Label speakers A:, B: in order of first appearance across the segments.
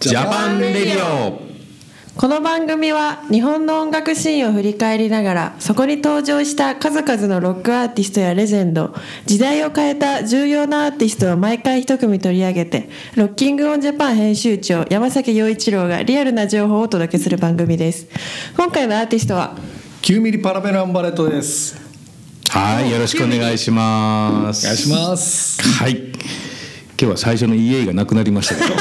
A: ジャパンレディオ
B: この番組は日本の音楽シーンを振り返りながらそこに登場した数々のロックアーティストやレジェンド時代を変えた重要なアーティストを毎回一組取り上げてロッキングオンジャパン編集長山崎陽一郎がリアルな情報をお届けする番組です今回のアーティストは
C: 9ミリパラメランバレットです。
A: はいよろしくお願いしま
C: お
A: す
C: 願いします。
A: はい今日は最初の EA がなくなりましたけど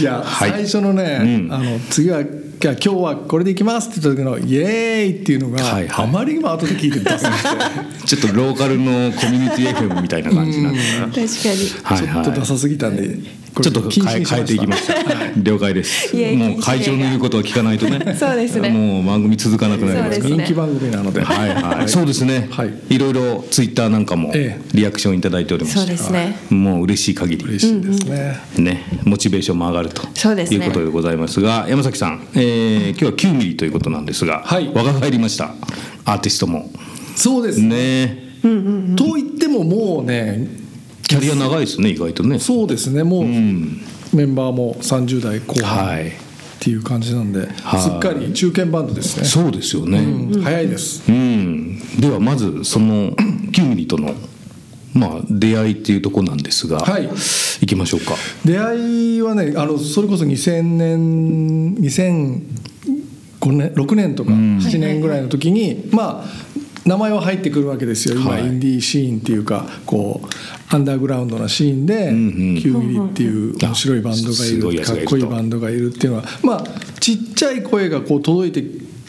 C: いや、
A: はい
C: 最初のね、
A: うん
C: あの次は。いや今日はこれでいきますって言った時の「イエーイ!」っていうのが、
A: はいはい
C: あまりにも後で聞いてたちょっ
A: ちょっとローカルのコミュニティ FM みたいな感じなんで
B: 確かに
A: はいはい
C: とダサすぎたんで、これ
A: ちょっと
C: 禁止
A: 変え
C: にしました
A: 変えていきました。了解です。
B: いえいえ
A: もう会長の言うことは聞かないとね。
B: そうですね
A: もう番組続かなくなります
B: そう
A: か
B: で
C: 人気
A: ら。
B: すね
C: 番組なので、
A: はいはい。そうですね。。
C: はい
A: ろいろツイッターなんかも
C: ええ
A: リアクションいただいておりまして。
B: そうですね
A: もう嬉しい限り。
C: 嬉しいですね、
A: ね、モチベーションも上がると
B: そうですね
A: いうことでございますが山崎さん、えー今日は9ミリということなんですが、
C: はい
A: 若返りましたアーティストも
C: そうですね
A: ね
C: と言ってももうね
A: キャリア長いですね意外とね
C: そうですねもう、メンバーも30代後
A: は
C: 半っ
A: い
C: ていう感じなんで、
A: はい
C: すっかり中堅バンドですね、
A: そうですよね、
C: うん早いです
A: うん、ではまずその9ミリとの、まあ、出会いっていうとこなんですが、
C: はい
A: 行きましょうか
C: 出会いはねあのそれこそ2000年2005年6年とか7年ぐらいの時に、まあ名前は入ってくるわけですよ今、
A: はい
C: インディーシーンっていうかこうアンダーグラウンドなシーンで
A: んうん
C: 9ミリっていう面白いバンドがい
A: すごい
C: る
A: やつ
C: か
A: がい
C: っ
A: ると
C: こいいバンドがいるっていうのはまあちっちゃい声がこう届いて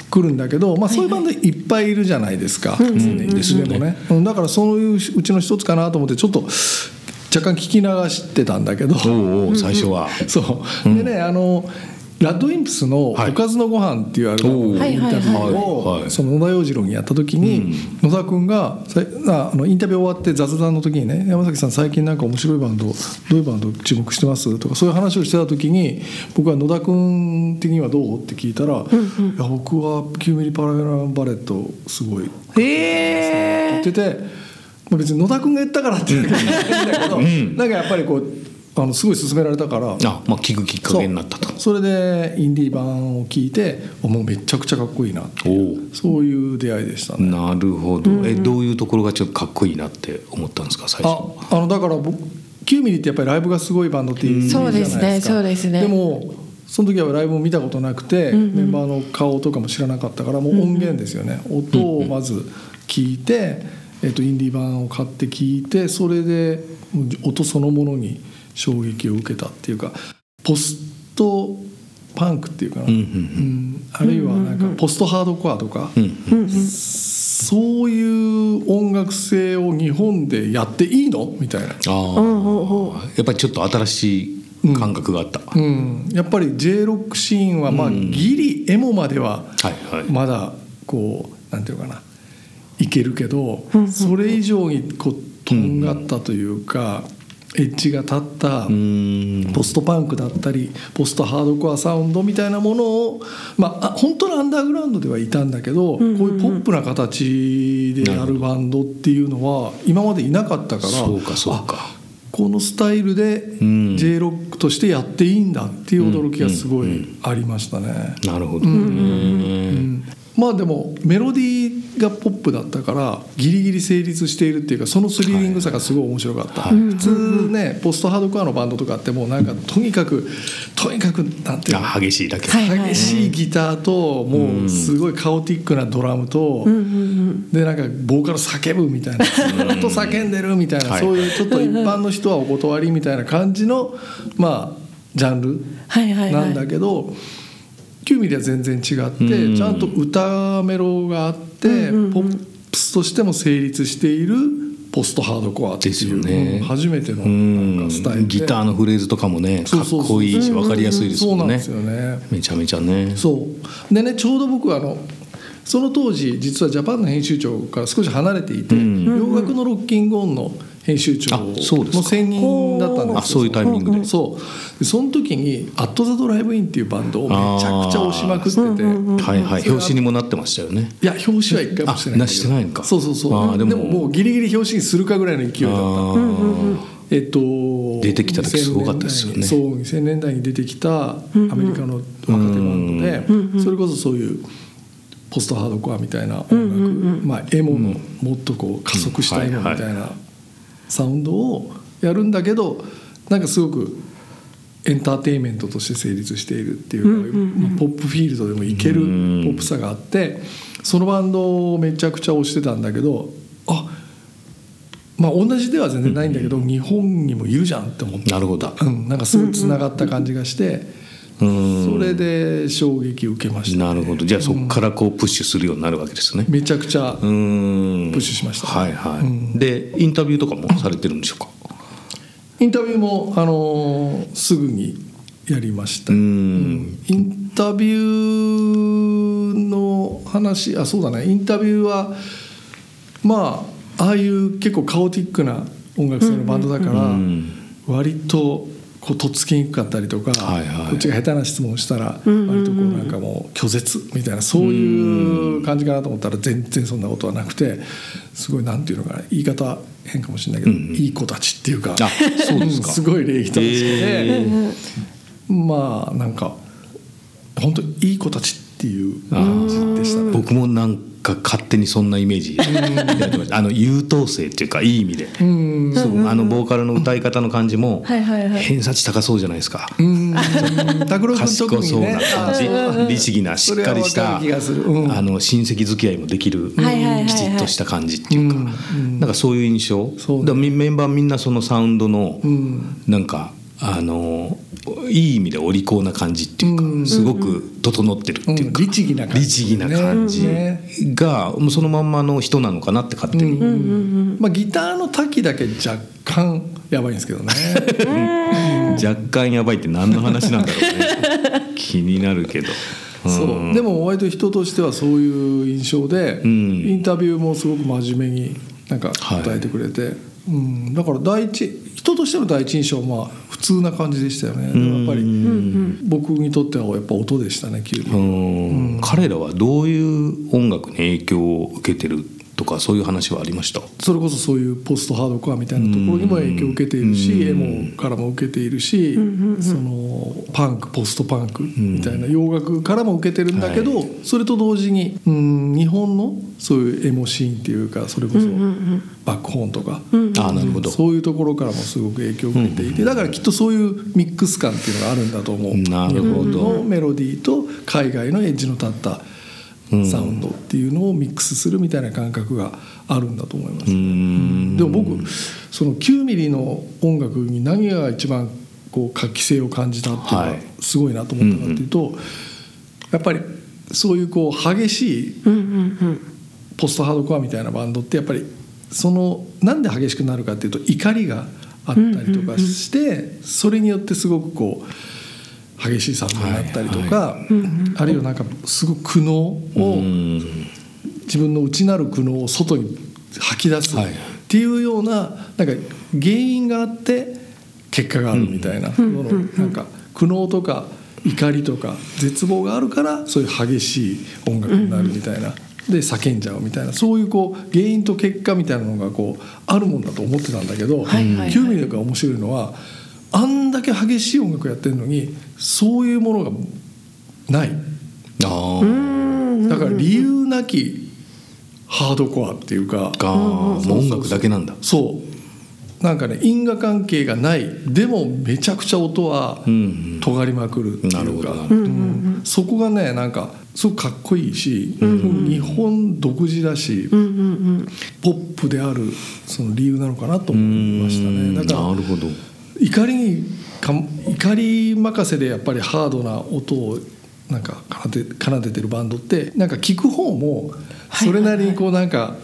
C: くるんだけど、まあ、そういうバンドいっぱいいるじゃないですか、いつでもね、うんだからそういううちの一つかなと思ってちょっと若干聞き流してたんだけど
A: おうおう最初は、
C: そう、でねあのラッドインプスの「お
A: はい
C: かずのご飯っていうアルバムの
A: おー
B: はい
C: イン
B: はいは
C: タ
B: い
C: ビュー
A: はいはい
C: をその野田洋次郎にやった時に、野田君がさああのインタビュー終わって雑談の時にね「山崎さん最近なんか面白いバンドどういうバンド注目してます?」とかそういう話をしてた時に僕は野田君的にはどうって聞いたら「いや僕は9ミリパラメランバレットすごい」
B: え
C: 言ってて、まあ、別に野田君が言ったからっていうわけじゃないんだけど、なんかやっぱりこうあのすごい勧められたから。
A: あまあ、聞くきっかけになったと
C: そうそれでインディー版を聞いてあもうめちゃくちゃかっこいいなって
A: おう
C: そういう出会いでしたね
A: なるほど、えどういうところがちょっとかっこいいなって思ったんですか最
C: あ
A: 初
C: あのだから僕9ミリってやっぱりライブがすごいバンドっていうイメージじゃないですか
B: そうですねそうですね
C: でもその時はライブも見たことなくて、メンバーの顔とかも知らなかったからもう音源ですよね、音をまず聞いて、えっと、インディー版を買って聞いてそれでもう音そのものに衝撃を受けたっていうかポストパンクっていうかな、
A: うんうん
C: うんあるいはなんかポストハードコアとか、
A: うんうん
C: そういう音楽性を日本でやっていいのみたいな、
A: あーやっぱりちょっと新しい感覚があった、
C: うん、やっぱり j ロックシーンはまあギリエモまでは
A: はいはい
C: まだこうなんていうのかないけるけどそれ以上にこうとんがったというかエッジが立った
A: うーん
C: ポストパンクだったりポストハードコアサウンドみたいなものを、まあ、あ本当のアンダーグラウンドではいたんだけど、こういうポップな形でやるバンドっていうのは今までいなかったから
A: そうかそうか
C: あこのスタイルで
A: ん
C: j ロックとしてやっていいんだっていう驚きがすごいありましたね。
A: なるほどね、
C: まあでもメロディーがポップだったからギリギリ成立しているっていうかそのスリリングさがすごい面白かった、普通ねポストハードコアのバンドとかってもうなんかとにかくとにかくなんていうの
A: あ激しいだけ、
B: はいはい
C: 激しいギターともうすごいカオティックなドラムと、でなんかボーカル叫ぶみたいなずっと叫んでるみたいな、
A: はい
C: そういうちょっと一般の人はお断りみたいな感じのまあジャンル
B: はいはいは
C: ないんだけど、9ミリは全然違って、
A: うん
C: ちゃんと歌メロがあって、ポップスとしても成立しているポストハードコアっていう
A: ですよね
C: うん初めての
A: うん
C: なんかスタイルで、
A: ギターのフレーズとかもねか
C: そう
A: っ
C: そうそう
A: こいいし分かりやすいです
C: そ
A: も
C: うなんん
A: ね
C: ですよね。
A: めちゃめちゃね
C: そうでねちょうど僕はあのその当時実はジャパンの編集長から少し離れていて、
A: ん
C: 洋楽のロッキングオンの編集長
A: あ
C: の
A: そうですか
C: 専任だったんですよ
A: あそういうタイミングで
C: そうでその時に「アット・ザ・ドライブ・イン」っていうバンドをめちゃくちゃ推しまくってて。
A: はいはい
C: それは
A: 表紙にもなってましたよね
C: いや表紙は一回もしてないんだけど
A: あなしてないのか
C: そうそうそ
A: あー
C: う
A: で
C: で
A: も
C: ももうギリギリ表紙にするかぐらいの勢いだった
A: あー
C: えっと、
A: 出てきた時すごかったですよね
C: 2000年代そう2000年代に出てきたアメリカの若手バンドで、それこそそういうポストハードコアみたいな音楽、まあ、エモのもっとこう加速したエモみたい
A: うんはい
C: なサウンドをやるんだけどなんかすごくエンターテインメントとして成立しているっていうか、まあポップフィールドでもいけるポップさがあってそのバンドをめちゃくちゃ推してたんだけどあまあ同じでは全然ないんだけど、日本にもいるじゃんって思った、
A: なるほど
C: うん、なんかすごいつながった感じがして、
A: うん
C: それで衝撃受けました、
A: なるほどじゃあそこからこうプッシュするようになるわけですね
C: めちゃくちゃ、
A: うーん
C: プッシュしました
A: はいはい、でインタビューとかもされてるんでしょうか
C: インタビューも、あのーすぐにやりました、
A: うー
C: うんんインタビューの話あそうだねインタビューはまあああいう結構カオティックな音楽性のバンドだから、
A: うん
C: 割とこうとっつきにくかったりとか、
A: はいはい
C: こっちが下手な質問をしたら割とこうなんかもう拒絶みたいなそういう感じかなと思ったら全然そんなことはなくてすごいなんていうのかな言い方変かもしれないけど、いい子たちっていうか
A: あそうですか
C: んすごい礼儀正しくて、
A: へ
C: まあなんか本当いい子たちっていう感じでしたね。
A: 僕もなんか勝手にそんなイメージ抱いてま したあの優等生っていうかいい意味で
C: うん
A: そうあのボーカルの歌い方の感じも
B: はいはいはい
A: 偏差値高そうじゃないですか
C: うん拓郎君特
A: 賢そ
C: に
A: う
C: ね
A: な感じ律儀なしっかりし
C: それは
A: た
C: わ
A: あ
C: かる気がするうん
A: の親戚付き合いもできる
B: はいはいはいはい
A: きちっとした感じっていうか
C: うんうん
A: なんかそういう印象
C: そう
A: だからみメンバーみんなそのサウンドの
C: うん
A: なんかあのいい意味でお利口な感じっていう
C: う
A: か
C: ん
A: すごく整ってるっていうか
C: うん律儀な感じ
A: 律儀な感じ
C: ね
A: がもうそのまんまの人なのかなって勝手に
C: まあギターの滝だけ若干やばいんですけどね
A: 若干やばいって何の話なんだろ うね気になるけどうん
C: そうでも割と人としてはそういう印象で、
A: ん
C: インタビューもすごく真面目になんか答えてくれて、うん、だから第一人としての第一印象はまあ普通な感じでしたよねでもやっぱり僕にとってはやっぱ音でしたね急
A: う
C: に。
A: ん彼らはどういう音楽に影響を受けてるとかそういう話はありました
C: それこそそういうポストハードコアみたいなところにも影響を受けているし、エモからも受けているし、そのパンクポストパンクみたいな洋楽からも受けてるんだけど、それと同時にうん日本のそういうエモシーンっていうかそれこそバックホーンとか、
A: ああなるほど
C: そういうところからもすごく影響を受けていて、だからきっとそういうミックス感っていうのがあるんだと思う。
A: なるほど
C: 日本のメロディーと海外のエッジの立ったサウンドっていうのをミックスするみたいな感覚があるんだと思います。
A: うん
C: でも僕その9ミリの音楽に何が一番こう画期性を感じたっていうの
A: は
C: はいすごいなと思ったかっていうと、やっぱりそういうこう激しいポストハードコアみたいなバンドってやっぱりそのなんで激しくなるかっていうと怒りがあったりとかして、それによってすごくこう。激しいサウンドになったりとか、あるいはなんかすごく苦悩を
A: うん
C: 自分の内なる苦悩を外に吐き出すっ
A: はい
C: ていうような,、なんか原因があって結果があるみたいな,、なんか苦悩とか怒りとか絶望があるからそういう激しい音楽になるみたいな。で叫んじゃうみたいなそういうこう原因と結果みたいなのがこうあるもんだと思ってたんだけど、
B: はいはいはい
C: キューミルが面白いのはあんだけ激しい音楽やってるのにそういうものがない
A: あー
C: だから理由なきハードコアっていうか
A: がもう音楽だけなんだ
C: そうなんかね因果関係がないでもめちゃくちゃ音は
A: うん
C: 尖りまくるって
A: なる
C: い
A: ほ
C: う
A: ど
C: か
A: なるほ
C: う
A: ど
C: んそこがねなんかすごくかっこいいし、日本独自だし、ポップであるその理由なのかなと思いましたね。だから
A: なるほど
C: 怒りにか怒り任せでやっぱりハードな音をなんか奏で奏でてるバンドってなんか聞く方もそれなりにこうなんか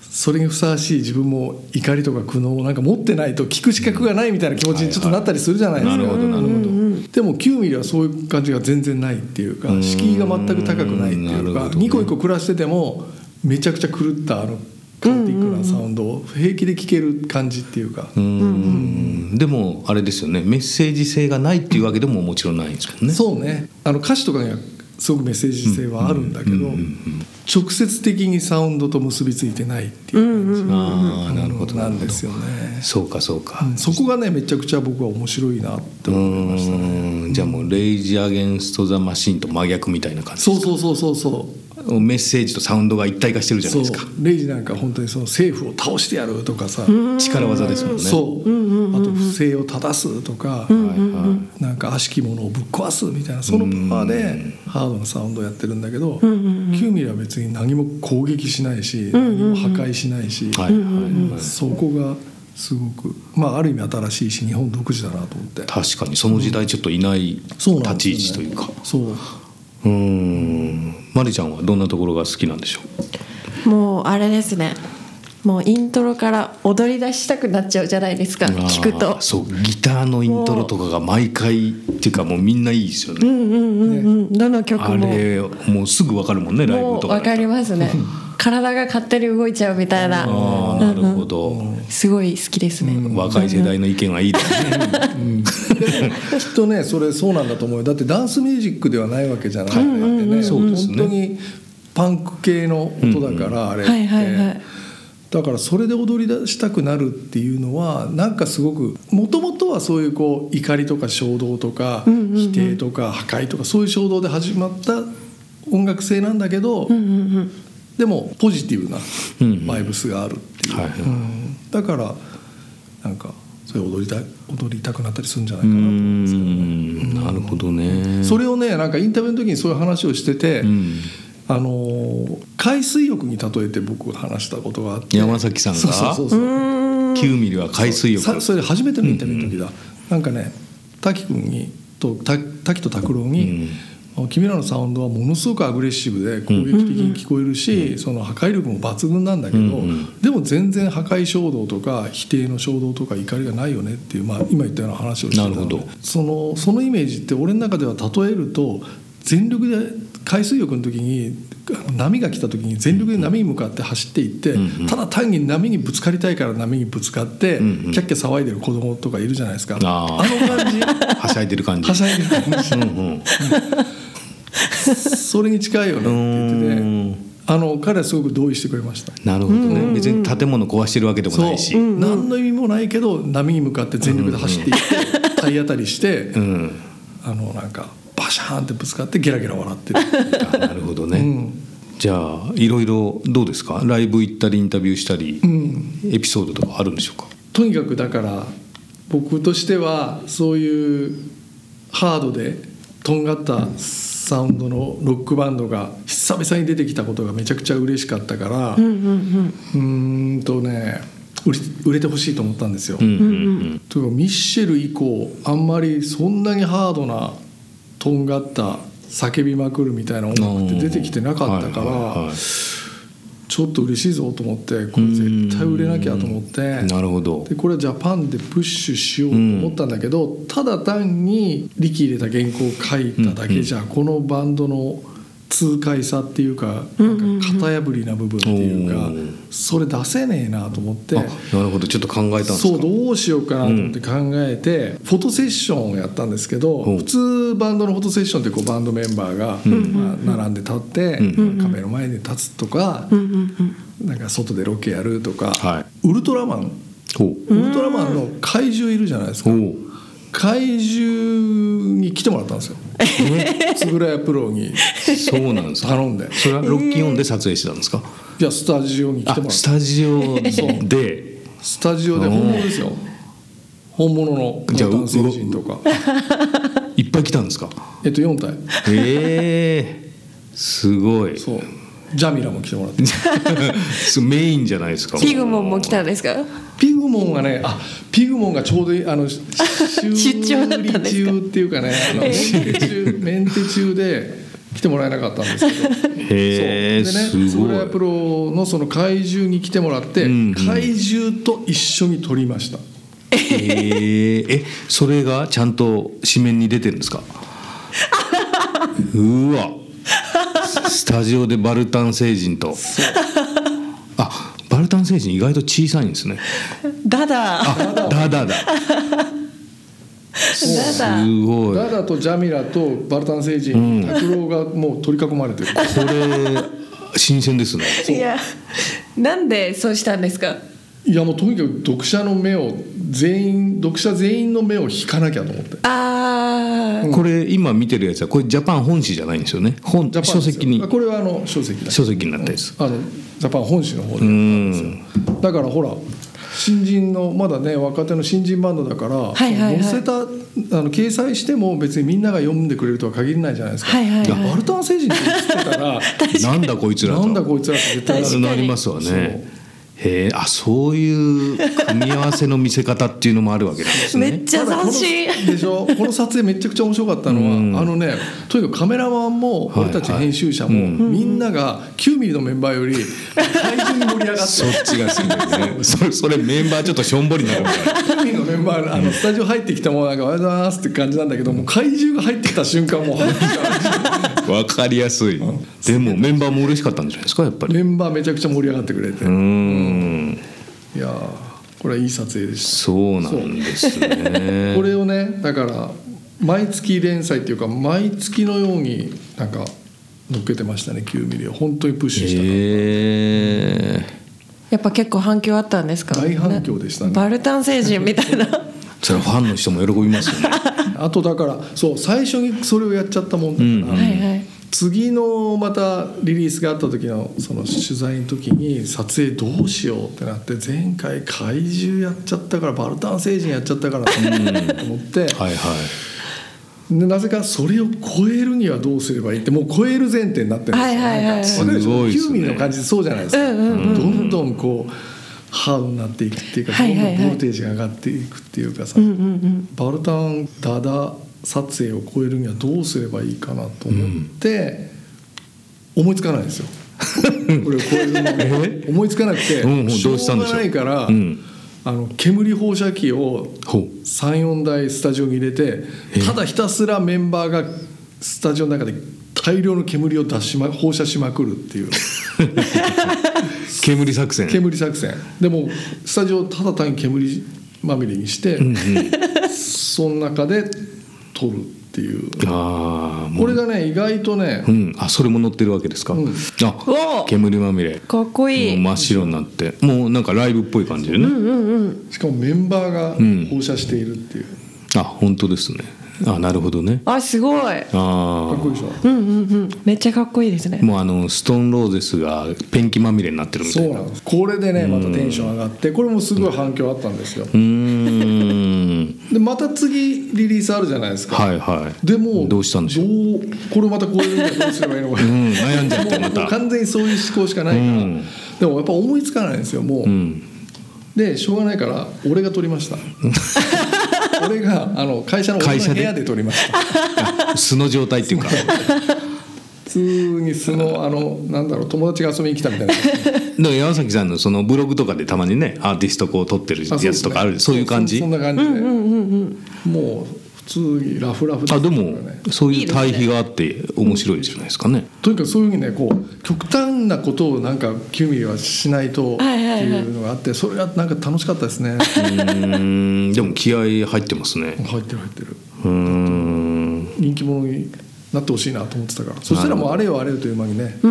C: それにふさわしい自分も怒りとか苦悩をなんか持ってないと聞く資格がないみたいな気持ちにちょっとなったりするじゃないですか。
A: はいはいなるほどなるほど
C: でも9ミリはそういう感じが全然ないっていうか敷居が全く高くないって
A: なる
C: い
A: ほ
C: う
A: ど
C: か
A: ね
C: 2個1個暮らしててもめちゃくちゃ狂ったあのカルティックなサウンドを平気で聴ける感じっていうか。
A: うんでもあれですよねメッセージ性がないっていうわけでももちろんないんですもんね
C: そうねあの歌詞とかにはすごくメッセージ性はあるんだけど直接的にサウンドと結びついてないっていう感じ
A: ああなるほどな
C: な
A: る
C: ん
A: ほ
C: で
A: ど
C: すよね。
A: そうかそうか、
C: うんそこがねめちゃくちゃ僕は面白いなって思いましたね。
A: うんじゃあもう「レイジ・アゲンスト・ザ・マシン」と真逆みたいな感じ
C: そうそうそうそうそう
A: メッセージとサウンドが一体化してるじゃない
C: そう
A: ですか
C: レイジなんか本当にその政府を倒してやるとかさ、
A: 力技ですもんね
C: そう、あと不正を正すとか、
A: はいは
C: なんか悪しきものをぶっ壊すみたいなそのパワーでハードなサウンドをやってるんだけど、キューミルは別に何も攻撃しないし、何も破壊しないし、
A: いはいはいはい
C: そこがすごくまあある意味新しいし日本独自だなと思って
A: 確かにその時代ちょっといない立
C: そうなんです
A: ち
C: よね
A: 位置というか
C: そう
A: うーんマリちゃんはどんなところが好きなんでしょう
B: もうあれですねもうイントロから踊り出したくなっちゃうじゃないですか聞く
A: あ
B: と
A: ーそうギターのイントロとかが毎回っていうかもうみんないいですよね、
B: うんどの曲
A: あ
B: も
A: れもうすぐ分かるもんねライブ
B: もう
A: とかだっ
B: 分
A: た
B: からりま すね体が勝手に動いちゃうみたいな
A: ああなるほど、
B: すごい好きですね、
A: 若い世代の意見はいいですね
C: きっとねそれそうなんだと思うよだってダンスミュージックではないわけじゃないってね
A: そうですね
C: 本当にパンク系の音だから、あれって、
B: はいはいはい
C: だからそれで踊り出したくなるっていうのはなんかすごくもともとはそういうこう怒りとか衝動とか否定とか破壊とかそういう衝動で始まった音楽性なんだけど、でもポジティブな
A: うんうん
C: バイブスがあるっていう、
A: はいはい
C: うんだからなんかそれ踊りた踊りたくなったりするんじゃないうか
A: ー
C: な、
A: んなるほどね
C: それをねなんかインタビューの時にそういう話をしてて、
A: うん
C: あのー海水浴に例えて僕が話したことがあって
A: 山崎さん
C: そうそう
A: が
C: そうそう
A: 9ミリは海水浴
C: さそれで初めてのインタビューの時だ、なんかね滝君にとた滝と拓郎に、君らのサウンドはものすごくアグレッシブで攻撃的に聞こえるし、その破壊力も抜群なんだけど、でも全然破壊衝動とか否定の衝動とか怒りがないよねっていう、まあ、今言ったような話をしてたので
A: なるほど
C: そのそのイメージって俺の中では例えると全力で海水浴の時にあの波が来た時に全力で波に向かって走っていって、ただ単に波にぶつかりたいから波にぶつかって、キャッキャ騒いでる子供とかいるじゃないですか、
A: あ
C: あの感じ
A: あはしゃいでる感じ
C: はしゃいでる感じ
A: うんうん
C: それに近いよねって言って
A: う
C: て、
A: ーん
C: あの彼はすごく同意してくれました。
A: なるほどね別に建物壊してるわけでも
C: そ
A: な
C: う
A: いし
C: 何の意味もないけど波に向かって全力で走っていって体当たりして、
A: うん
C: あのなんかバシャーンってぶつかってゲラゲラ笑ってる。
A: あなるほどね、
C: うん
A: じゃあいろいろどうですかライブ行ったりインタビューしたり、
C: うん、
A: エピソードとかあるんでしょうか
C: とにかくだから僕としてはそういうハードでとんがったサウンドのロックバンドが久々に出てきたことがめちゃくちゃ嬉しかったからうーんとね売れ売れてほしいと思ったんですよ。
A: うんうん
C: というかミッシェル以降あんまりそんなにハードなとんがった叫びまくるみたいな音楽って出てきてなかったから。
A: はいはいはい
C: ちょっと嬉しいぞと思ってこれ絶対売れなきゃと思って
A: なるほど
C: でこれはジャパンでプッシュしようと思ったんだけど、ただ単に力入れた原稿を書いただけじゃ、このバンドの痛快さっていうかなんか型破りな部分っていうか、
A: おー
C: それ出せねえなと思って
A: あ。なるほどちょっと考えたんですか
C: そうどうしようかなと思って考えて、フォトセッションをやったんですけど
A: ほう
C: 普通バンドのフォトセッションってこうバンドメンバーが、まあ並んで立って、カメラ前に立つとか、なんか外でロケやるとか、
A: は
C: ウルトラマン
A: ほ
C: ウルトラマンの怪獣いるじゃないです
A: う
C: か
A: ほう
C: 怪獣に来てもらったんですよ円谷プロに
A: そうなん ですか
C: 頼んで
A: それはロッキンオンで撮影してたんですか、
C: いやスタジオに来てもら
A: あ
C: っ
A: ス
C: た
A: タジオで
C: スタジオで本物ですよ本物の
A: じゃあ
C: 男性陣とか、
A: いっぱい来たんですか
C: えっと、4体
A: ええすごい
C: そうジャミラも来てもらって
A: そうメインじゃ ないですか
B: ピグモンも来たんですか
C: ピグモンがねあピグモンがちょうどいあのし修理
B: 張だったんです
C: 中
B: か
C: っていうかねあのメンテ中メンテ中で来てもらえなかったんですけど
A: へえ
C: そうでね
A: す
C: 円
A: ごい
C: 谷プロのその怪獣に来てもらって、
A: うんうん
C: 怪獣と一緒に撮りました
A: へええそれがちゃんと紙面に出てる んですかうわスタジオでバルタン星人とあバルタン星人意外と小さいんですね
B: ダダ
A: あだだだ
B: だだ
A: すごい
C: ダダとジャミラとバルタン星人拓郎、がもう取り囲まれてる
A: これ新鮮ですね
B: いやなんでそうしたんですか
C: いやもうとにかく読者の目を全員読者全員の目を引かなきゃと思って
B: あ
A: これ今見てるやつはこれジャパン本誌じゃないんですよね本
C: ジャパンです
A: 書
C: よ
A: 籍に
C: これはあの書籍だ
A: 書籍になったやつ
C: あのジャパン本誌の方で、
A: うん
C: だからほら新人のまだね若手の新人バンドだから、
B: いはいはい
C: 載せたあの掲載しても別にみんなが読んでくれるとは限らないじゃないです
B: あ
C: か、
B: はいはい
C: いや
B: は
C: バルタン星人って言ってた ら
A: なんだこいつらと
C: なんだこいつらって絶対な
B: 確か
C: る
B: に
A: なりますわねへえあそういう組み合わせの見せ方っていうのもあるわけなんです
B: いめっ
A: ね
B: ちゃ
C: ただこ
B: 斬
C: の
B: 新
C: でしょこの撮影めちゃくちゃ面白かったのは、あのねとにかくカメラマンも
A: はい
C: 俺たち編集者も、みんなが9ミリのメンバーより会場に盛り上がって
A: そっちが好きだよねそれそれメンバーちょっとしょんぼりになるみたいな
C: 9ミリのメンバーあのスタジオ入ってきたもんなんか「おはようございます」って感じなんだけどもう怪獣が入ってきた瞬間もう拍手が
A: わかりやすいでもメンバーも嬉しかったんじゃないですかやっぱり
C: メンバーめちゃくちゃ盛り上がってくれて、
A: うー
C: い
A: ん
C: やーこれはいい撮影でし
A: そうなんです
C: た、
A: ね
C: これをねだから毎月連載っていうか毎月のようになんか乗っけてましたね9ミリを本当にプッシュした、
A: へえ
B: やっぱ結構反響あったんですか
C: 大反響でしたね
B: バルタン星人みたいな
A: それはファンの人も喜びますよね
C: あとだからそう最初にそれをやっちゃったもんだから、
B: はいはい
C: 次のまたリリースがあった時のその取材の時に撮影どうしようってなって前回怪獣やっちゃったからバルタン星人やっちゃったからと思って、
A: はいはい
C: でなぜかそれを超えるにはどうすればいいってもう超える前提になってるんですよ、
B: はいはいはい
C: なんか
B: す
A: ごいですね
C: わかるでしょキューミーの感じでそうじゃないですか、どんどんこうハードになっていくっていうか、
B: はいはいはい
C: どんどんボルテージが上がっていくっていうかさ、バルタンダダ撮影を超えるにはどうすればいいかなと思って、思いつかないんです よこれを超えるのが思いつかなくて、
A: うんうんどうしたんでしょ
C: ょ
A: う
C: うがないから、
A: うん
C: あの煙放射器を
A: ほう
C: 34台スタジオに入れてただひたすらメンバーがスタジオの中で大量の煙を出し、ま、放射しまくるって いう
A: 煙作戦
C: 煙作戦でもスタジオをただ単に煙まみれにして、その中で撮るっていう
A: ああも
C: これがね意外とね
A: う、うん、あそれも載ってるわけですか、
C: うん
A: あ
B: お
A: 煙まみれ
B: かっこい
A: も
B: い
A: う真っ白になってもうなんかライブっぽい感じでね、
C: しかもメンバー
A: ん
C: が放射しているっていう、
A: あ本当ですねあなるほどね
B: あすごい
A: あ
C: かっこいい
A: あ
C: でしょ
B: うんうんうんめっちゃかっこいいですね
A: もうあのストーンローゼスがペンキまみれになってるみた
C: そ
A: いう
C: な
A: なうん
C: ですこれでねまたテンション上がってこれもすごい反響あったんですよ、
A: ーん
C: でまた次リリースあるじゃないですか、
A: はいはい
C: でも
A: どうしたんでしょう、
C: どうこれまたこういうのはどうすればいいのか
A: う
C: も
A: ん、悩んじゃってま
C: うもう
A: た
C: 完全にそういう思考しかないから、
A: うん
C: でもやっぱ思いつかないんですよもう、
A: うん
C: でしょうがないから俺が撮りました 俺があの会社の俺
A: 会社
C: の
A: で
C: 部屋で撮りました
A: あ素の状態っていうか
C: 普通にそ のあのなんだろう友達が遊びに来たみたいな
A: でも山崎さんのそのブログとかでたまにねアーティストこう撮ってるや
C: あそうで
A: つ
C: す
A: と
C: ね
A: かあるそう,、いう感じ
C: そんな感じで、もう普通にラフラフす
A: あ
C: よ
A: で
C: ね
A: もそういう対比があって面白いじゃないですかね。
C: とにかくそういうふうにねこう極端なことをなんかキューミーはしないとって
B: はいはいはい
C: いうのがあってそれがなんか楽しかったですね
A: うーんでも気合い入ってますね。
C: 入ってる入ってる
A: うーん
C: 人気者になってほしいなと思ってたからそしたらもうあれよあれよという間にね大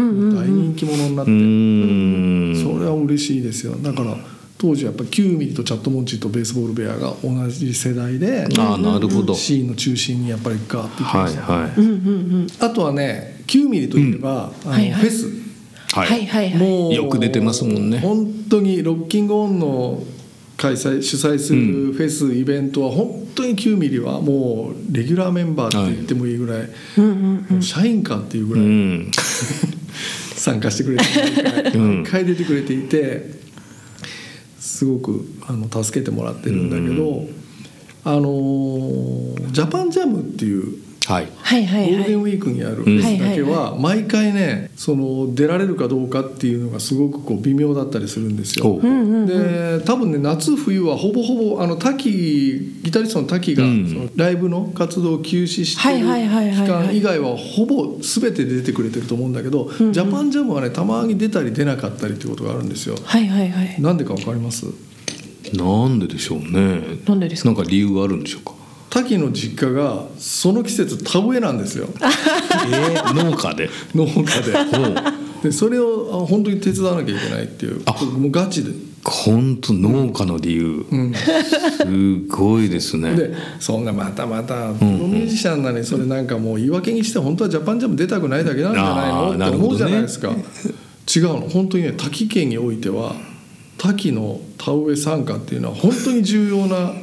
C: 人気者になっ
A: う
C: て
A: ーん
C: それは嬉しいですよだから当時やっぱキューミーとチャットモンチーとベースボールベアが同じ世代で
A: あーなるほど。
C: シーンの中心にやっぱりガーっていきま
A: は
C: し
A: い
C: たね
A: はい
C: あとはねキューミーといえばあの
B: はいはい
C: フェス
A: は
B: はい
A: い。
B: はいはい
C: もう
A: よく出てますもんね
C: 本当にロッキングオンの開催主催するフェス、イベントは本当に9ミリはもうレギュラーメンバーって言ってもいいぐらい、もう社員かっていうぐ
A: う
C: らい
A: ん
C: 参加してくれて、
A: うん
C: 毎回出てくれていてすごくあの助けてもらってるんだけど、あのージャパンジャムっていう
A: はい。
B: はいは
C: ゴー
B: い
C: ル
B: は
C: デン
B: い
C: ウィークにあるフェスだけは毎回ねその出られるかどうかっていうのがすごくこう微妙だったりするんです
A: ほ
C: よ
A: う。ほう
C: で多分ね夏冬はほぼほぼあの滝ギタリストの滝が、
A: うん
C: そのライブの活動を休止してる
B: はいはいはいはい
C: 期
B: はい
C: 間以外はほぼ全て出てくれてると思うんだけど、ジャパンジャムはねたまに出たり出なかったりってことがあるんですよ。
B: はいはいはい
C: なんでかわかります
A: なんででしょうね。
B: なんでです
A: な
B: か
A: んか理由があるんでしょうか。
C: 滝の実家がその季節田植えなんですよ
A: えー農家で
C: 農家で
A: ほう
C: でそれをあ本当に手伝わなきゃいけないっていう
A: あ
C: もうガチで
A: 本当農家の理由、
C: ん
A: すごいです ね
C: でそんなまたまたプロミュージシャンなのにそれなんかもう言い訳にして本当はジャパンジャム出たくないだけなんじゃない
A: あ
C: の
A: ー
C: っ
A: なる
C: て
A: ほどね
C: 思うじゃないですか、 違うの本当にね滝県においては滝の田植え参加っていうのは本当に重要な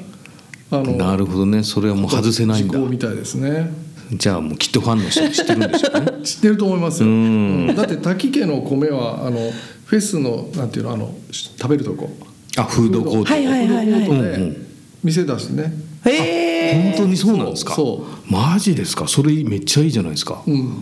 C: あの
A: なるほどねそれはもう外せないんだ
C: 事項みたいですね
A: じゃあもうきっとファンの人知ってるんでしょうね
C: 知ってると思います
A: う
C: よ、
A: ん
C: だって滝家の米はあのフェスのなんていうのあのし食べるとこ
A: あフードコート、
B: はいはいはいはい
C: フードコート
A: うんう
C: で店出してね、
B: へ
A: 本
B: え
A: 当にそうなんですか
C: そ
A: マジですかそれめっちゃいいじゃないですか、
C: うん、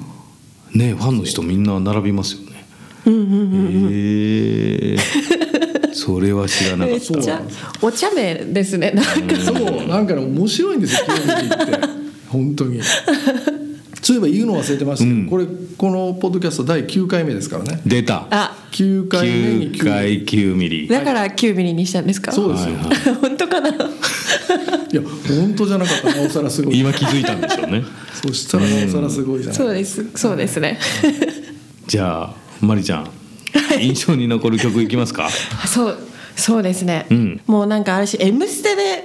A: ねファンの人みんな並びますよねへえそれは知らなか
B: め
A: っ
B: ったちゃお茶目ですねなんか
C: そうなんかね面白いんですよ清水って本当にそういえば言うの忘れてましたけど、
A: うん
C: これこのポッドキャスト第9回目ですからね
A: 出た
B: あ
C: 9回目に9
A: 9
C: 回
A: 回9ミリ
B: だからキュービリにしたんですか
C: そうですよ、
A: はい
B: 本当かない
C: や本当じゃなかったなおさらすごい
A: 今気づいたんでしょうね
C: そしたらなおさらすごいじゃない
B: そうですそうですね
A: じゃあまりちゃん印象に残る曲いきますか
B: そうそうですね、
A: うん
B: もうなんか私「M ステ」で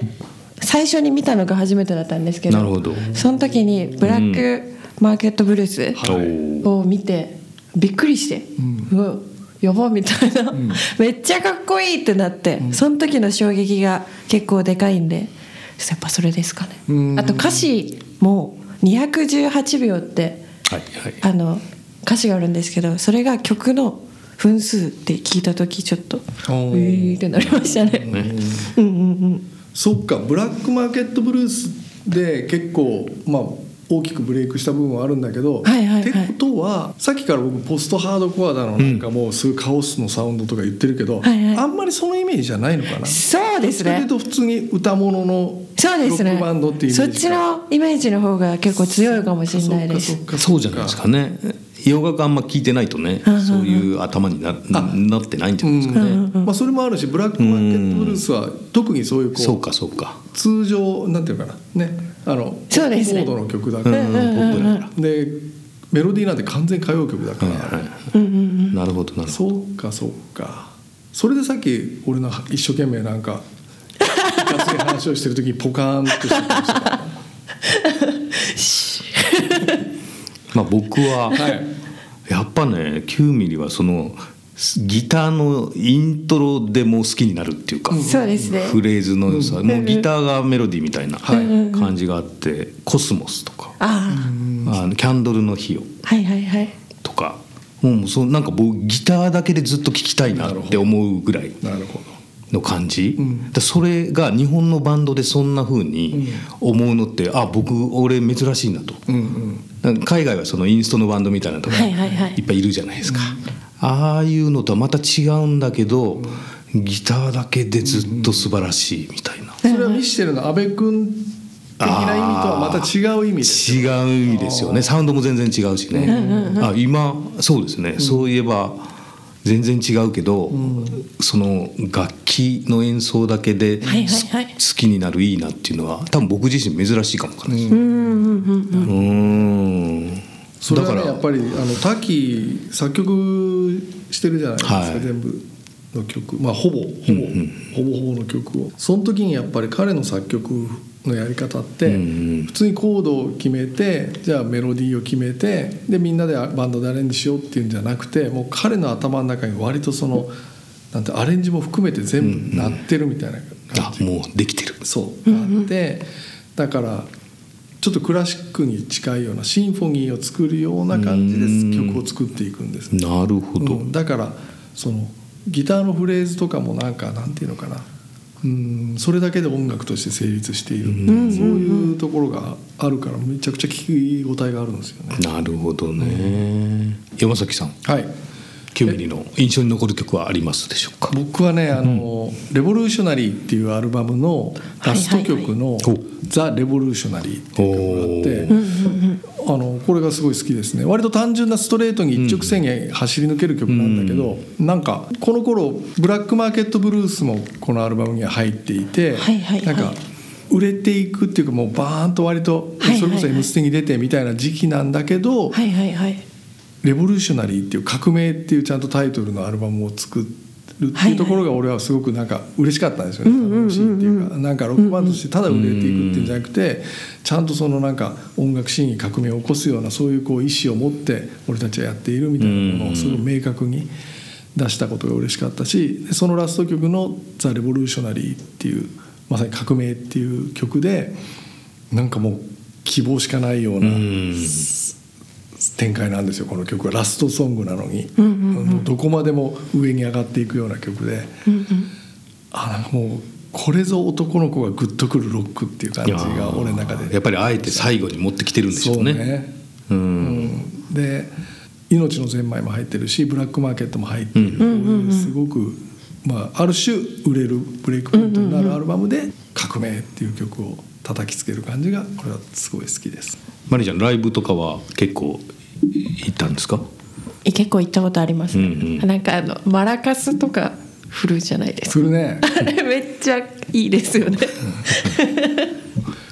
B: 最初に見たのが初めてだったんですけど
A: なるほど
B: その時に「ブラックマーケットブルース」
A: おー
B: を見てびっくりして、うわやばみたいな、めっちゃかっこいいってなって、その時の衝撃が結構でかいんでやっぱそれですかね、
C: うん
B: あと歌詞も218秒って
A: はいはい
B: あの歌詞があるんですけどそれが曲の分数って聞いた時ちょっとう
C: おー
B: ーってなりましたね
A: ね
B: うんうんうん
C: そっかブラックマーケットブルースで結構まあ大きくブレイクした部分はあるんだけど、
B: はいはいはい
C: ってことはさっきから僕ポストハードコアだのなんかもうすごいカオスのサウンドとか言ってるけど、
B: はいはい
C: あんまりそのイメージじゃないのかな
B: そうです
C: それ
B: ね
C: と普通に歌物の
B: そうです
C: ロッ
B: ね
C: クバンドっていうイメ
B: そ
C: ー
B: っ
C: ジ
B: ちのイメージの方が結構強いかもしれないです
C: そっかそ
A: そ
C: っ
A: うじゃないですかね洋楽あんま聞いてないとね
B: うんうんうん
A: そういう頭にななってないんじゃないですかね、
C: うんまあ、それもあるしブラックマーケットブルースは特にそういうこう
A: そうかそうか
C: 通常なんていうのかなねあの
B: そうですね
C: コードの曲だから、
A: うんうん
B: うんうん
C: ポップだからでメロディーなんて完全歌謡曲だか
A: は
C: ら、
A: いはい
B: うんうんうん
A: なるほどなるほど
C: そうかそうかそれでさっき俺の一生懸命なんかいかつい話をしてる時にポカーンとしてましたから
A: まあ僕は、
C: はい
A: やっぱね9ミリはそのギターのイントロでもう好きになるっていうか、
B: そうですね
A: フレーズの良さ、もうギターがメロディーみたいな
C: はい
A: 感じがあって「コスモス」とか
B: ああ
A: 「あのキャンドルの火を
B: はいはいはい」
A: とかもうそうなんか僕ギターだけでずっと聴きたいなって思うぐらい
C: なるほど
A: の感じ、
C: うん
A: だそれが日本のバンドでそんな風に思うのって、あ僕俺珍しいなと。
C: うんうん
A: なんか海外はそのインストのバンドみたいなとか
B: はいはいはい
A: いっぱいいるじゃないですか、ああいうのとはまた違うんだけど、ギターだけでずっと素晴らしいみたいな、
C: それはミッシェルの阿部君的な意味とはまた違う意味です
A: 違う意味ですよねサウンドも全然違うしね、あ今そうですね、そういえば全然違うけど、その楽器の演奏だけで、
B: はいはいはい
A: す好きになるいいなっていうのは多分僕自身珍しいかもわかんないです
B: うんうんうんうん
A: うん
C: それは
A: だ
C: ね
A: から
C: やっぱりあの滝作曲してるじゃないですか、
A: はい
C: 全部の曲まあほぼほぼ、ほぼほぼの曲をその時にやっぱり彼の作曲のやり方って、
A: うんうん
C: 普通にコードを決めてじゃあメロディーを決めてでみんなでバンドでアレンジしようっていうんじゃなくてもう彼の頭の中に割とそのなんてアレンジも含めて全部なってるみたいな感じ、
A: あもうできてる
C: そうあってだからちょっとクラシックに近いようなシンフォニーを作るような感じ
A: うん
C: で曲を作っていくんですね、
A: なるほど、
C: うんだからそのギターのフレーズとかもなんかなんていうのかなうんそれだけで音楽として成立している、そういうところがあるからめちゃくちゃ聞き応えがあるんですよね。
A: なるほどね。山崎さん、
C: はい
A: キューミリの印象に残る曲はありますでしょうか。
C: 僕はね「あのレボリューショナリー」っていうアルバムのラスト曲の
A: はいはいはい
C: 「ザ・レボリューショナリー」って
A: お
C: いう
A: ー
C: 曲があってあのこれがすごい好きですね割と単純なストレートに一直線に走り抜ける曲なんだけど、なんかこの頃ブラックマーケットブルースもこのアルバムには入っていて、
B: はいはいはい
C: なんか売れていくっていうかもうバーンと割と
B: はいはいはい
C: それこそ「M ステ」に出てみたいな時期なんだけど
B: はいはいはい
C: 「レボリューショナリー」っていう「革命」っていうちゃんとタイトルのアルバムを作るっていうところが俺はすごくなんか嬉しかったんですよね
B: うんうんうんうん
C: 楽しいっていうかなんかロックバンドとしてただ売れていくっていうんじゃなくてちゃんとそのなんか音楽シーンに革命を起こすようなそういうこう意思を持って俺たちはやっているみたいなものをすごく明確に出したことが嬉しかったしそのラスト曲の「ザ・レボリューショナリー」っていうまさに「革命」っていう曲でなんかもう希望しかないような
A: うん
C: 展開なんですよこの曲はラストソングなのに、
B: うんうん
C: もうどこまでも上に上がっていくような曲で、
B: うんうん
C: あなんかもうこれぞ男の子がグッとくるロックっていう感じ
A: いや
C: が
A: ー
C: 俺の中で
A: やっぱりあえて最後に持ってきてるんでしょ
C: そうう
A: ね
C: ね、
A: う
C: うんん、で「命のゼンマイ」も入ってるし「ブラックマーケット」も入っている、
A: うん
C: こういうすごく、まあ、ある種売れるブレイクポイントになるアルバムで「革命」っていう曲を叩きつける感じがこれはすごい好きです。
A: マリちゃんライブとかは結構行ったんですか
B: 結構行ったことあります、ね
A: うんうん
B: なんかあのマラカスとか振るじゃな いです
C: す
B: か
C: る ね
B: あれめっちゃいいです よね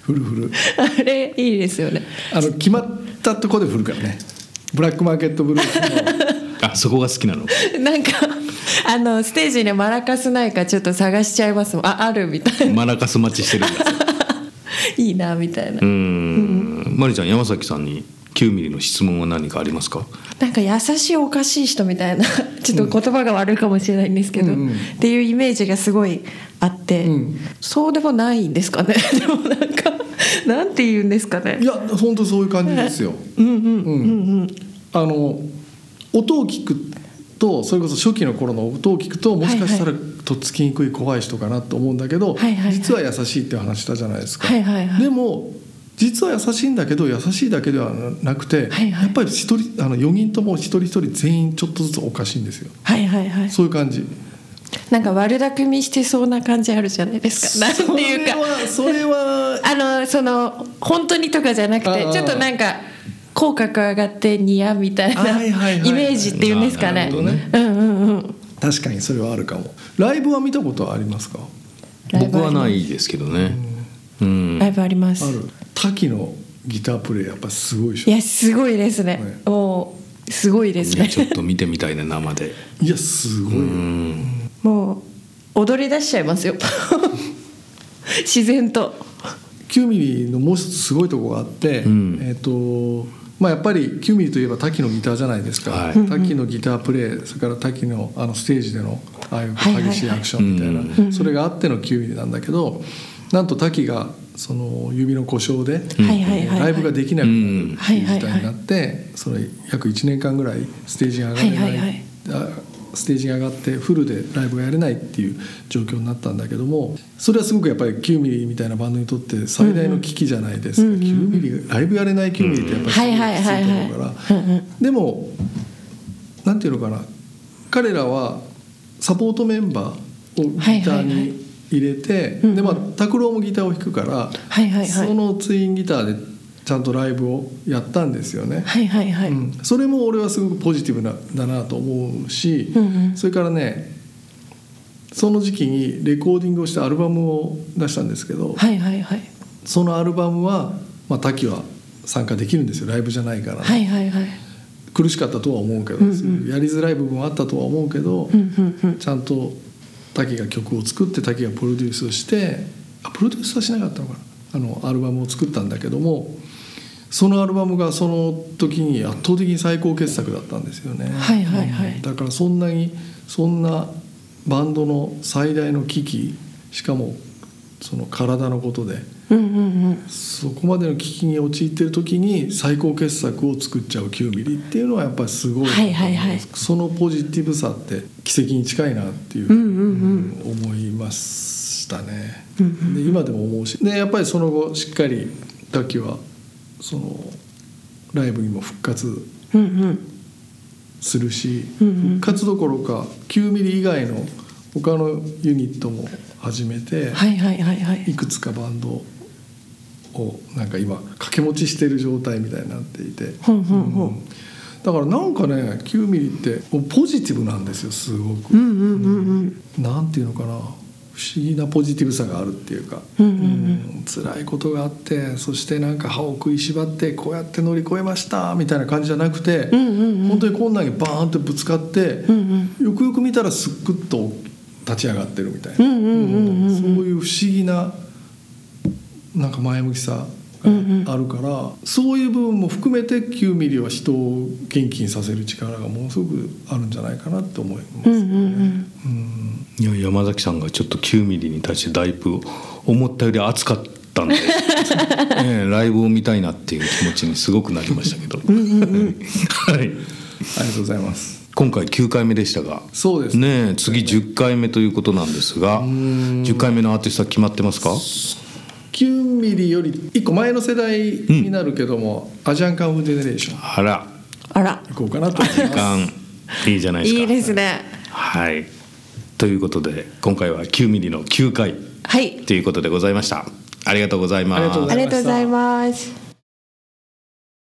C: フルフル
B: あれいいですよね
C: あの決まったとこで振るからねブラックマーケットブルースの
A: あそこが好きなの
B: なんかあのステージねマラカスないかちょっと探しちゃいますもんああるみたいな
A: マラカス待ちしてるんだ
B: いいなみたいな、
A: うんマリちゃん山崎さんに9ミリの質問は何かありますか
B: なんか優しいおかしい人みたいな ちょっと言葉が悪いかもしれないんですけど、
C: うんうん
B: っていうイメージがすごいあって、
C: うん
B: そうでもないんですかね でもなんかなんて言うんですかね
C: いや本当そういう感じですよ。うんあの音を聞くとそれこそ初期の頃の音を聞くともしかしたら
B: は
C: とっつきにくい怖い人かなと思うんだけど、
B: はいはいはい
C: 実は優しいっていう話したじゃないですか。
B: はいはいはい
C: でも実は優しいんだけど優しいだけではなくて、
B: はいはい
C: やっぱり一人あの4人とも一人一人全員ちょっとずつおかしいんですよ。
B: はいはいはい
C: そういう感じ。
B: なんか悪巧みしてそうな感じあるじゃないですか なんていうか
C: それはそれは
B: あのその本当にとかじゃなくて
C: ああ
B: ちょっとなんか口角上がってニヤみたいな
C: はいはいはい
B: イメージっていうんですか
A: な
B: ね
A: る
C: ほどね
B: うんうんうん
C: 確かにそれはあるかも。ライブは見たことはありますか？
B: ライブ
A: 僕は
B: あります
A: ないですけどねうん
B: ライブあります
C: ある滝のギタープレイやっぱすごいでし
B: い
C: ょ
B: やすごいですね
C: ね
B: もうすごいです
A: いや
B: ね
A: ちょっと見てみたいな生で
C: いやすごいよ、
A: うん
B: もう踊り出しちゃいますよ 自然と
C: 9ミリのもう一つすごいとこがあって、
A: うん
C: えっ、とまあやっぱり9ミリといえば滝のギターじゃないですか、
A: はい
C: 滝のギタープレイそれから滝のあのステージでのああいう
B: はいはいはい
C: 激しいアクションみたいな、
A: う
C: それがあっての9ミリなんだけどなんと滝がその指の故障で、
B: はいはいはいはい
C: ライブができなくなるっていう事態になって、その約1年間ぐらいステージに上がれない,、
B: はいはいはい
C: あステージに上がってフルでライブがやれないっていう状況になったんだけどもそれはすごくやっぱり9ミリみたいなバンドにとって最大の危機じゃないですか、9ミリライブやれない9ミリってやっぱりすごいきついと思う
B: はいはい
C: か
B: はいはいうんう
C: らでもなんていうのかな彼らはサポートメンバーをギター
B: はいはいはい
C: に入れて、
B: うんうん
C: でまあ拓郎もギターを弾くから、
B: はいはいはい
C: そのツインギターでちゃんとライブをやったんですよね。
B: はいはいはい、
C: うん、それも俺はすごくポジティブなだなと思うし、
B: うんうん
C: それからねその時期にレコーディングをしてアルバムを出したんですけど、
B: はいはいはい
C: そのアルバムは、まあ、滝は参加できるんですよライブじゃないから、
B: はいはいはい
C: 苦しかったとは思うけど、
B: うんうん
C: すごくやりづらい部分はあったとは思うけど、
B: うんうんうん
C: ちゃんと滝が曲を作って滝がプロデュースをしてあプロデュースはしなかったのかなあのアルバムを作ったんだけどもそのアルバムがその時に圧倒的に最高傑作だったんですよね、
B: はいはいはい
C: うんだからそんなにそんなバンドの最大の危機しかもその体のことで
B: うんうんうん
C: そこまでの危機に陥っている時に最高傑作を作っちゃう9ミリっていうのはやっぱりすごい,、
B: はいはいはい
C: そのポジティブさって奇跡に近いなっていう,、
B: うんうん
C: うん思いましたね、で今でも思うしでやっぱりその後しっかり滝はそのライブにも復活
B: うんうん
C: するし、
B: うんうん
C: 復活どころか9ミリ以外の他のユニットも始めて、
B: はいはいはいはい
C: いくつかバンドをなんか今掛け持ちしてる状態みたいになっていて、
B: ほんほんほん
C: うんだからなんかね9ミリってポジティブなんですよすごく、
B: うんうんうんうん
C: なんていうのかな不不思議なポジティブさがあるっていうか、うん辛いことがあってそしてなんか歯を食いしばってこうやって乗り越えましたみたいな感じじゃなくて、本当にこんなにバーンってぶつかって、よくよく見たらすっくっと立ち上がってるみたいな、うんそういう不思議ななんか前向きさがあるから、そういう部分も含めて9ミリは人を元気にさせる力がものすごくあるんじゃないかなって思います。うん
A: いや山崎さんがちょっと9ミリに対してだいぶ思ったより熱かった んで、ええライブを見たいなっていう気持ちにすごくなりましたけど、はい、
C: ありがとうございます。
A: 今回9回目でしたが
C: そうですね。
A: ねえ次10回目ということなんですが10回目のアーティストは決まってますか
C: 9ミリより1個前の世代になるけども、アジアンカンフージェネレーション
A: あら
B: あら
C: 行こうかなと思います。
A: 時間いいじゃないですか
B: いいですね
A: はいということで今回は9ミリの9回
B: はい
A: ということでございましたありがとうございます
C: ありがとうございました
B: ありがとうございます